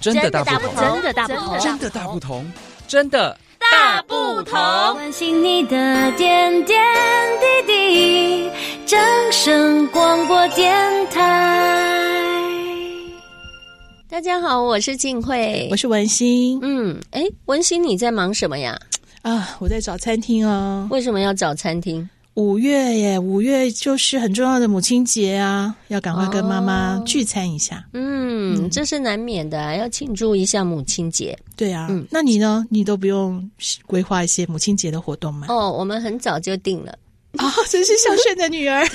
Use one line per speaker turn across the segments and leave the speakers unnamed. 真的大不
不
同，
真的大不同，
真的大不同，真的
大不同。
关心你的点点滴滴，掌声广播电台。
大家好，我是静慧
我。是文心
嗯，哎，文心，你在忙什么呀？
啊，我在找餐厅哦。
为什么要找餐厅？
五月耶，五月就是很重要的母亲节啊，要赶快跟妈妈
哦
聚餐一下。
嗯，这是难免的啊，要庆祝一下母亲节。
对啊，
嗯
那你呢？你都不用规划一些母亲节的活动吗？
哦，我们很早就定了，
啊， 真是孝顺的女 儿。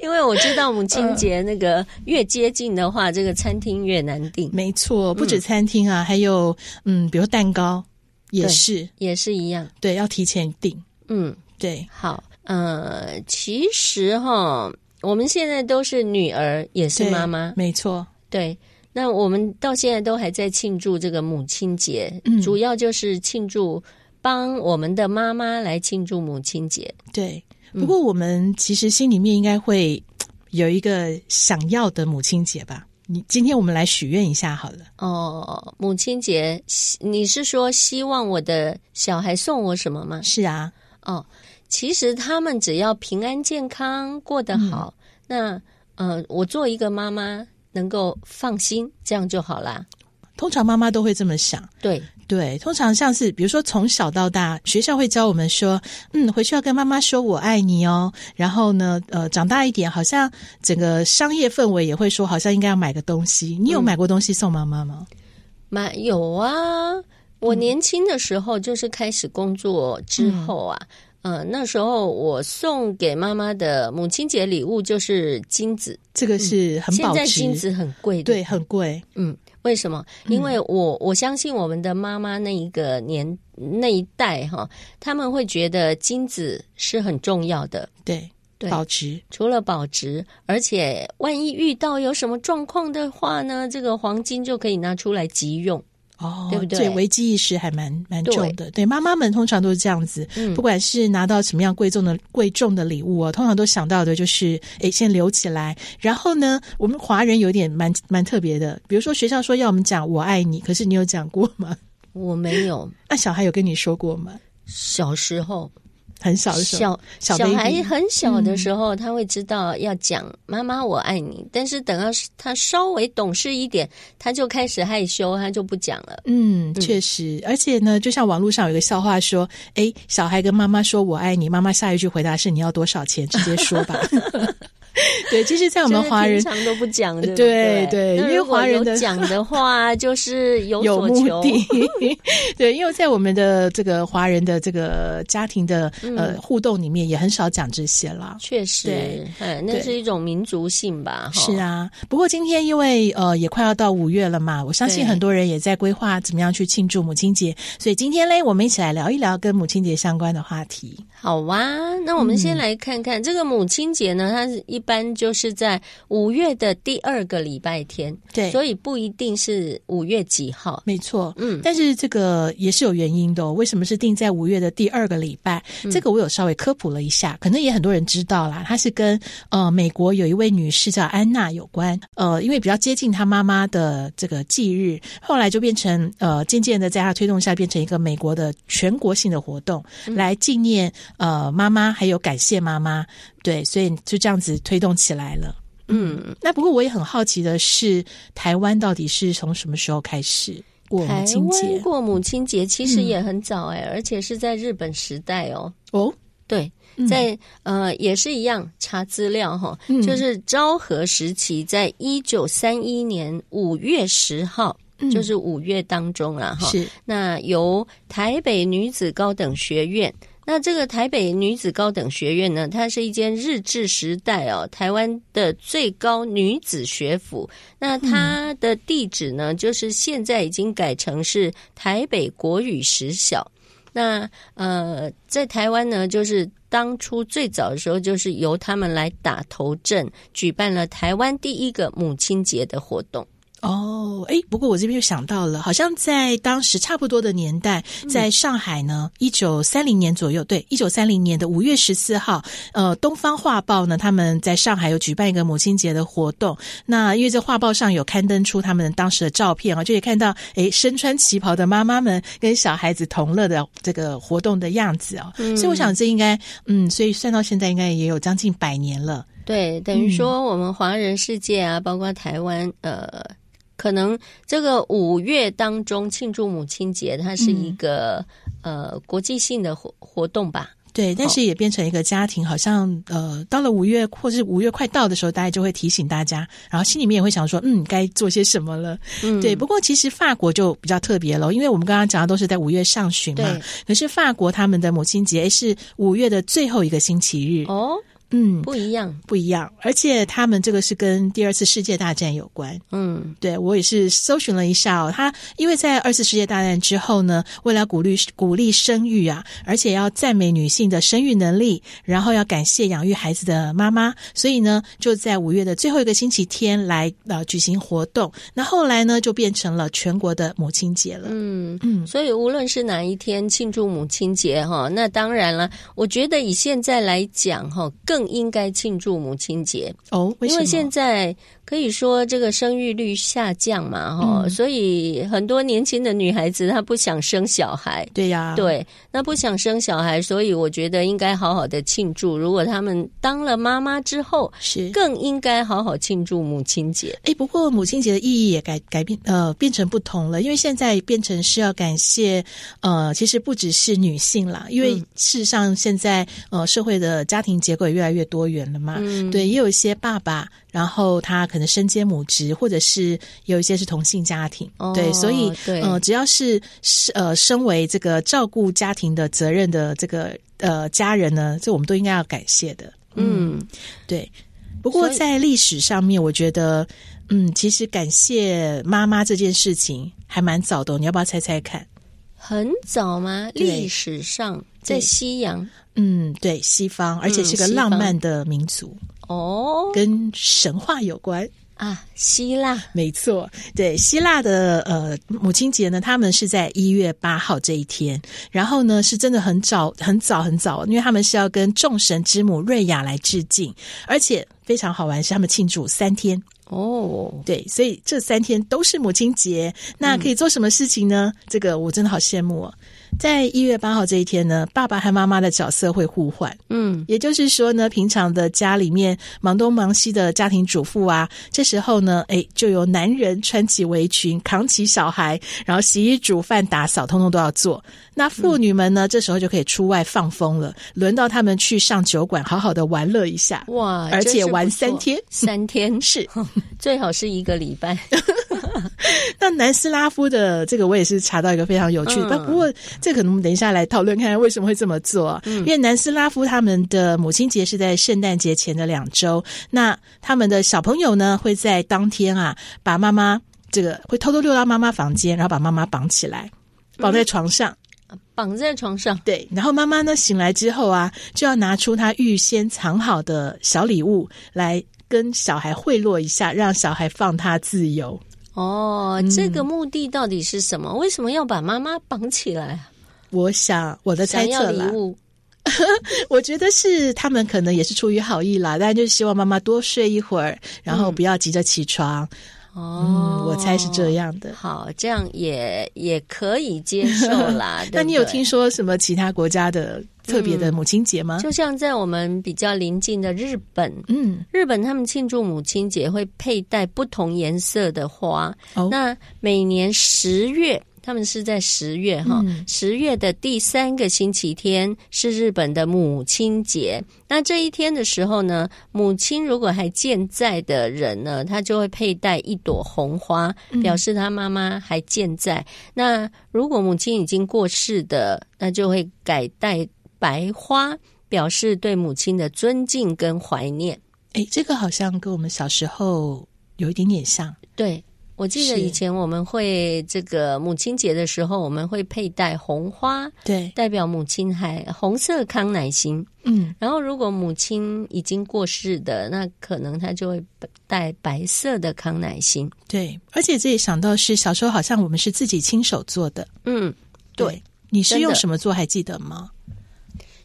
因为我知道母亲节那个越接近的话，这个餐厅越难定，
没错，
嗯
不止餐厅啊，还有嗯，比如蛋糕也
对
是，
也是一样。
对，要提前订。
嗯，
对，
好，呃，其实哈，我们现在都是女儿，也是
对
妈妈，
没错，
对。那我们到现在都还在庆祝这个母亲节，
嗯
主要就是庆祝帮我们的妈妈来庆祝母亲节。
对。
嗯
不过我们其实心里面应该会嘖有一个想要的母亲节吧。你今天我们来许愿一下好了。
哦，母亲节，希你是说希望我的小孩送我什么吗？
是啊，
哦，其实他们只要平安健康，过得好，那呃，我做一个妈妈能够放心，这样就好啦。
通常妈妈都会这么想。
对，
对，通常像是比如说从小到大，学校会教我们说，嗯，回去要跟妈妈说我爱你哦。然后呢，呃，长大一点，好像整个商业氛围也会说，好像应该要买个东西。你有
嗯
买过东西送妈妈吗？
蛮有啊。
嗯
我年轻的时候就是开始工作之后啊，
嗯
呃，那时候我送给妈妈的母亲节礼物就是金子，
这个是很
嗯现
保
在
值，
金子很贵的，
对，很贵。
嗯，为什么？因为我我相信我们的妈妈那一个年那一代哈，他们会觉得金子是很重要的，
对，
对
保值。
除了保值，而且万一遇到有什么状况的话呢，这个黄金就可以拿出来急用。
哦，
对不对
危机意识还蛮蛮重的。对，妈妈们通常都是这样子，
嗯
不管是拿到什么样贵重的贵重的礼物哦，通常都想到的就是，诶，先留起来。然后呢，我们华人有点蛮蛮特别的，比如说学校说要我们讲“我爱你”，可是你有讲过吗？
我没有，
那小孩有跟你说过吗？
小时候
很小的嗯时候，
小
小
小孩
baby
很小的时候，他会知道要讲“妈妈我爱你”，但是等到他稍微懂事一点，他就开始害羞，他就不讲了。
嗯，确实，而且呢，就像网络上有一个笑话说，诶，小孩跟妈妈说“我爱你”，妈妈下一句回答是“你要多少钱”，直接说 吧。对，其实，在我
就
们
是
华人
平常都不讲， 对不
对
对
对，因为华人
那如果
的
有讲的话，就是有
有
所求
目。 的，对，因为在我们的这个华人的这个家庭的、
嗯
呃互动里面，也很少讲这些啦。
确实
对，
哎，那
对
是一种民族性吧？哈
是，啊，不过今天因为呃也快要到五月了嘛，我相信
对
很多人也在规划怎么样去庆祝母亲节，所以今天嘞，我们一起来聊一聊跟母亲节相关的话题。
好哇、那我们
嗯
先来看看、这个母亲节呢，它是一般就是在五月的第二个礼拜天，
对
所以不一定是五月几号。
没错，
嗯
但是这个也是有原因的、哦。为什么是定在五月的第二个礼拜？这个我有稍微科普了一下，可能也很多人知道啦。它是跟呃美国有一位女士叫安娜有关，呃，因为比较接近她妈妈的这个忌日，后来就变成呃渐渐的在她推动下变成一个美国的全国性的活动，来纪念呃妈妈，还有感谢妈妈。对，所以就这样子推动起来了。
嗯，
那不过我也很好奇的是，台湾到底是从什么时候开始过母
台
亲
湾
节？
过母亲节其实也很早哎、
嗯
而且是在日本时代哦。
哦，
对，在、呃也是一样查资料哈、
嗯
就是昭和时期，在一九三一年五月十号，
嗯
就是五月当中啦哈。
是
那由台北女子高等学院。那这个台北女子高等学院呢，它是一间日治时代哦台湾的最高女子学府。那它的地址呢，就是现在已经改成是台北国语实小。那呃，在台湾呢，就是当初最早的时候，就是由他们来打头阵，举办了台湾第一个母亲节的活动。
哦，哎，不过我这边就想到了，好像在当时差不多的年代，在上海呢，一九三零年左右，对，一九三零年的五月十四号，呃，东方画报呢，他们在上海有举办一个母亲节的活动。那因为这画报上有刊登出他们当时的照片啊，就可以看到，哎，身穿旗袍的妈妈们跟小孩子同乐的这个活动的样子啊、所以我想这应该，嗯，所以算到现在应该也有将近百年了。
对，等
嗯
于说我们华人世界啊，包括台湾，呃，可能这个五月当中庆祝母亲节，它是
嗯
一个、呃国际性的活活动吧。
对，但是也变成一个家庭，好像呃，到了五月或是五月快到的时候，大家就会提醒大家，然后心里面也会想说，嗯，该做些什么了。
嗯，
对，不过其实法国就比较特别咯，因为我们刚刚讲的都是在五月上旬嘛
对，
可是法国他们的母亲节诶是五月的最后一个星期日，
哦，
嗯，
不一样，
不一样，而且他们这个是跟第二次世界大战有关。
嗯，
对我也是搜寻了一下哦，他因为在二次世界大战之后呢，为了鼓励鼓励生育啊，而且要赞美女性的生育能力，然后要感谢养育孩子的妈妈，所以呢，就在五月的最后一个星期天来呃举行活动。那后来呢，就变成了全国的母亲节了。
嗯
嗯
所以无论是哪一天庆祝母亲节哈，那当然了，我觉得以现在来讲哈，更应该庆祝母亲节，
哦，为
因
什么？
为现在可以说这个生育率下降嘛，哈、
嗯
所以很多年轻的女孩子她不想生小孩。
对呀、，
对，那不想生小孩，所以我觉得应该好好的庆祝。如果她们当了妈妈之后，
是。
更应该好好庆祝母亲节。
哎，不过母亲节的意义也改改变呃变成不同了，因为现在变成是要感谢呃，其实不只是女性啦，因为
嗯
事实上现在呃社会的家庭结构也越来越多元了嘛，
嗯
对，也有一些爸爸，然后他可能身兼母职，或者是有一些是同性家庭，
哦
对，所以
对
呃只要是是呃身为这个照顾家庭的责任的这个呃家人呢，这我们都应该要感谢的，
嗯，
对，不过
所以
在历史上面，我觉得，嗯，其实感谢妈妈这件事情还蛮早的哦、你要不要猜猜看？
很早吗？
对
历史上在
对
西洋
嗯，对，西方，而且是个
嗯西
浪
方
漫的民族，
哦
跟神话有关。
啊，希腊
没错，对希腊的呃母亲节呢，他们是在一月八号这一天，然后呢是真的很早很早很早，因为他们是要跟众神之母瑞亚来致敬，而且非常好玩，是他们庆祝三天。
哦，
对，所以这三天都是母亲节，
嗯
那可以做什么事情呢？这个我真的好羡慕哦。在一月八号这一天呢，爸爸和妈妈的角色会互换，
嗯
也就是说呢，平常的家里面忙东忙西的家庭主妇啊，这时候呢，哎，就由男人穿起围裙，扛起小孩，然后洗衣、煮饭、打扫，通通都要做。那
嗯
妇女们呢，这时候就可以出外放风了，轮到他们去上酒馆，好好的玩乐一下。
哇，
而
真
且
是不
玩
错
三天
三 天
是，
最好是一个礼 拜。
那南斯拉夫的这个我也是查到一个非常有趣的，
嗯
但不过这可能我们等一下来讨论看看为什么会这么做啊、
嗯
因为南斯拉夫他们的母亲节是在圣诞节前的两周，那他们的小朋友呢会在当天啊把妈妈这个会偷偷溜到妈妈房间，然后把妈妈绑起来，
嗯
绑在床上。
绑在床上，
对，然后妈妈呢醒来之后啊，就要拿出她预先藏好的小礼物来跟小孩贿赂一下，让小孩放他自由。
哦，这个目的到底是什么？为什么要把妈妈绑起来啊？
我想嗯我的猜
想要
测
礼
啦，
物，
我觉得是他们可能也是出于好意啦，但就是希望妈妈多睡一会儿，然后不要急着起床。
嗯哦、
嗯，我猜是这。样的。
好，这样也也可以接受 啦。对不对嗯
那你有听？说什么其他国家的特别的母亲节吗？
就像在我们比较临近的日本，
嗯，
日本他们庆祝母亲节会佩戴不同颜色的花。
哦，
那每年十月，他们是在十月哈
嗯，
十、月的第三个星期天是日本的母亲节。那这一天的时候呢，母亲如果还健在的人呢，她就会佩戴一朵红花，
嗯
表示她妈妈还健在。那如果母亲已经过世的，那就会改戴白花。表示对母亲的尊敬跟怀念，
哎，这个好像跟我们小时候有一点点像。
对，我记得
是
以前我们会这个母亲节的时候，我们会佩戴红花，
对，
代表母亲还红色康乃馨。
嗯，
然后如果母亲已经过世的，那可能她就会戴白色的康乃馨。
对，而且这也想到是小时候好像我们是自己亲手做的，
嗯，对，
你是
真的
用什么做还记得吗？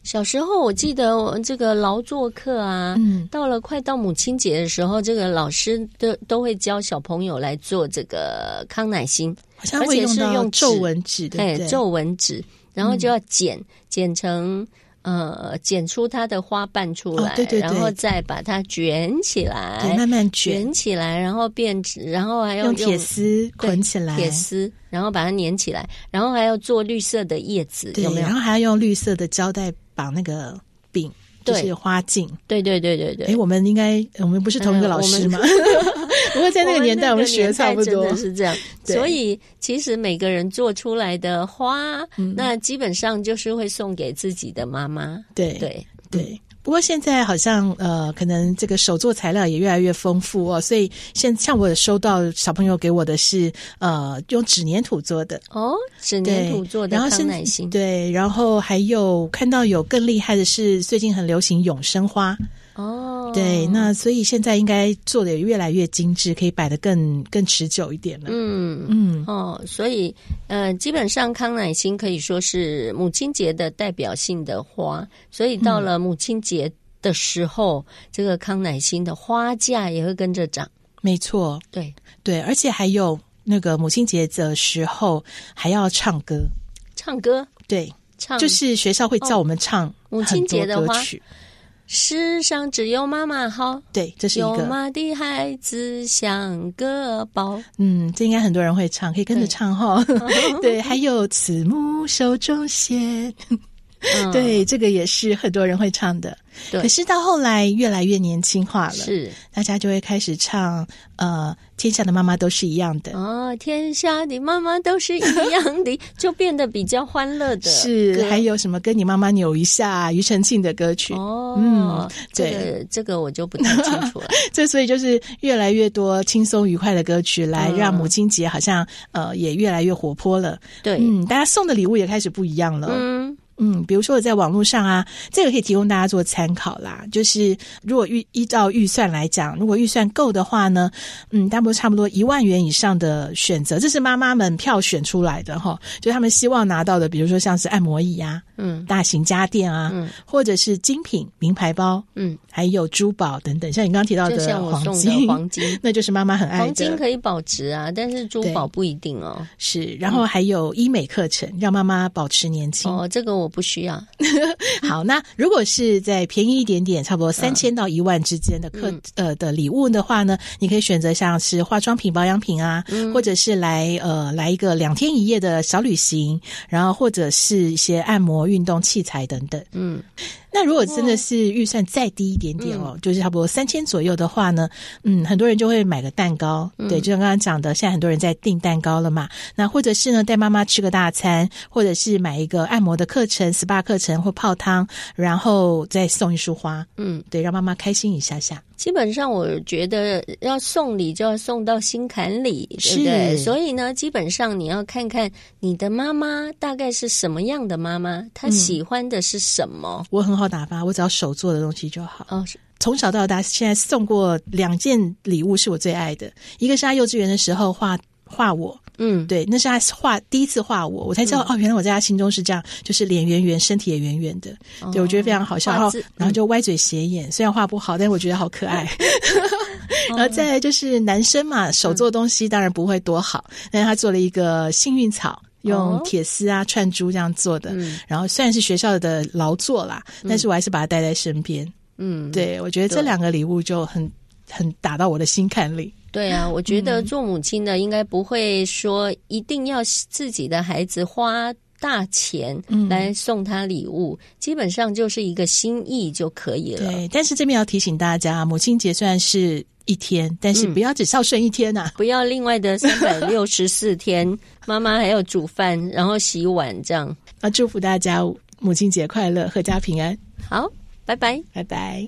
小时候我记得我这个劳作课啊，
嗯，
到了快到母亲节的时候，这个老师都都会教小朋友来做这个康乃馨，
好像
而
会
且
用
是
到
用
皱
纸
纹纸，对
哎
不对？，嗯
皱纹纸，然后就要剪、剪成呃，剪出它的花瓣出来，
哦对对对
然后再把它卷起
对，
来，
慢慢卷，
卷起来，然后变纸，然后还要
用铁丝捆起来，
铁丝，然后把它粘起来，然后还要做绿色的叶子，
对
有，没有
然？后还要用绿色的胶带绑那个饼，就
对
是花茎。
对对对对对。嗯
哎，我们应该我们不是同一个老师吗？ 不过在那个年代，我们学的差不
我们
多
那个年代真的。是这样。
对
所以其实每个人做出来的花，
嗯
那基本上就是会送给自己的妈妈。
对
对，
对。不过现在好像呃，可能这个手作材料也越来越丰富哦，所以现像我收到小朋友给我的是呃用纸粘土做的，
哦，纸
对
粘土做的
然后
康
甚
乃馨，
对，然后还有看到有更厉害的是最近很流行永生花，
哦，
对，那所以现在应该做的也越来越精致，可以摆得更更持久一点了。
嗯。
嗯，
哦，所以，呃，基本上康乃馨可以说是母亲节的代表性的花，所以到了母亲节的时候，这个康乃馨的花价也会跟着涨。
没错，
对，
对，而且还有那个母亲节的时候还要唱歌，
唱歌，
对，
唱哦
就是学校会叫我们唱
母
很
亲
多
节的
歌
花
曲，
世上只有妈妈好，
对，这是一
有
个，
妈的孩子像个 宝。
嗯，这应该很多人会唱，可以跟着
对
唱哈。对，还有慈母手中线，
嗯
对，这个也是很多人会唱的。
对
可是到后来越来越年轻化了，
是
大家就会开始唱呃，天下的妈妈都是一样的。
哦，天下的妈妈都是一样的， 就变得比较欢乐的歌。
是，还有什么跟你妈妈扭一下，庾澄庆的歌曲，
哦，
嗯
这个这个我就不太清 楚了。
这所以就是越来越多轻松愉快的歌曲，来
嗯
让母亲节好像呃也越来越活泼了。
对，
嗯，大家送的礼物也开始不一样了。
嗯
嗯，比如说我在网络上啊，这个可以提供大家做参考啦。就是如果预依照预算来讲，如果预算够的话呢，嗯，大部分差不多一万元以上的选择，这是妈妈们票选出来的哈，就是他们希望拿到的，比如说像是按摩椅啊、
嗯
大型家电啊，
嗯
或者是精品名牌包，
嗯，
还有珠宝等等，像你刚刚提到
就
的
像我
黄
送的
金，
黄金，
那就是妈妈很爱的。
黄金可以保值啊，但是珠
对
宝不一定哦。
是，然后还有医美课程，让妈妈保持年轻。
哦，这个我不需要。
好，那如果是在便宜一点点，差不多三千到一万之间的课、呃的礼物的话呢，你可以选择像是化妆品、保养品啊，或者是来呃来一个两天一夜的小旅行，然后或者是一些按摩、运动器材等等。
嗯，
那如果真的是预算再低一点点哦，就是差不多三千左右的话呢，嗯，很多人就会买个蛋糕，对，就像刚刚讲的，现在很多人在订蛋糕了嘛。那或者是呢，带妈妈吃个大餐，或者是买一个按摩的课程、SPA 课程或泡汤，然后再送一束花，
嗯，
对，让妈妈开心一下下。
基本上我觉得要送礼就要送到心坎里，对
是
不对？所以呢，基本上你要看看你的妈妈大概是什么样的妈妈，
嗯
她喜欢的是什么。
我很好打发，我只要手做的东西就好。
哦，是
从小到大，现在送过两件礼物是我最爱的，一个是他幼稚园的时候画画我，
嗯，
对，那是他画第一次画我，我才知道、哦，原来我在他心中是这样，就是脸圆圆，身体也圆圆的。对我觉得非常好笑，然
哦画嗯
后
字
然后就歪嘴斜眼，虽然画不好，但我觉得好可爱。
嗯
然后再来就是男生嘛，手做东西当然不会多好，但是他做了一个幸运草。用
哦
铁丝啊、串珠这样做的，
嗯
然后虽然是学校的劳作啦，但是我还是把它带在身边。
嗯，
对我觉得这
对
两个礼物就很很打到我的心坎里。
对啊，我觉得做母亲的应该不会说一定要自己的孩子花大钱来送他礼物，基本上就是一个心意就可以了。
对，但是这边要提醒大家，母亲节虽然是一天，但
嗯
是不要只孝顺一天啊呐、
不要另外的三百六十四天， 妈妈还要煮饭，然后洗碗，这样
那祝福大家母亲节快乐，阖家平安，
好，拜拜。
拜拜。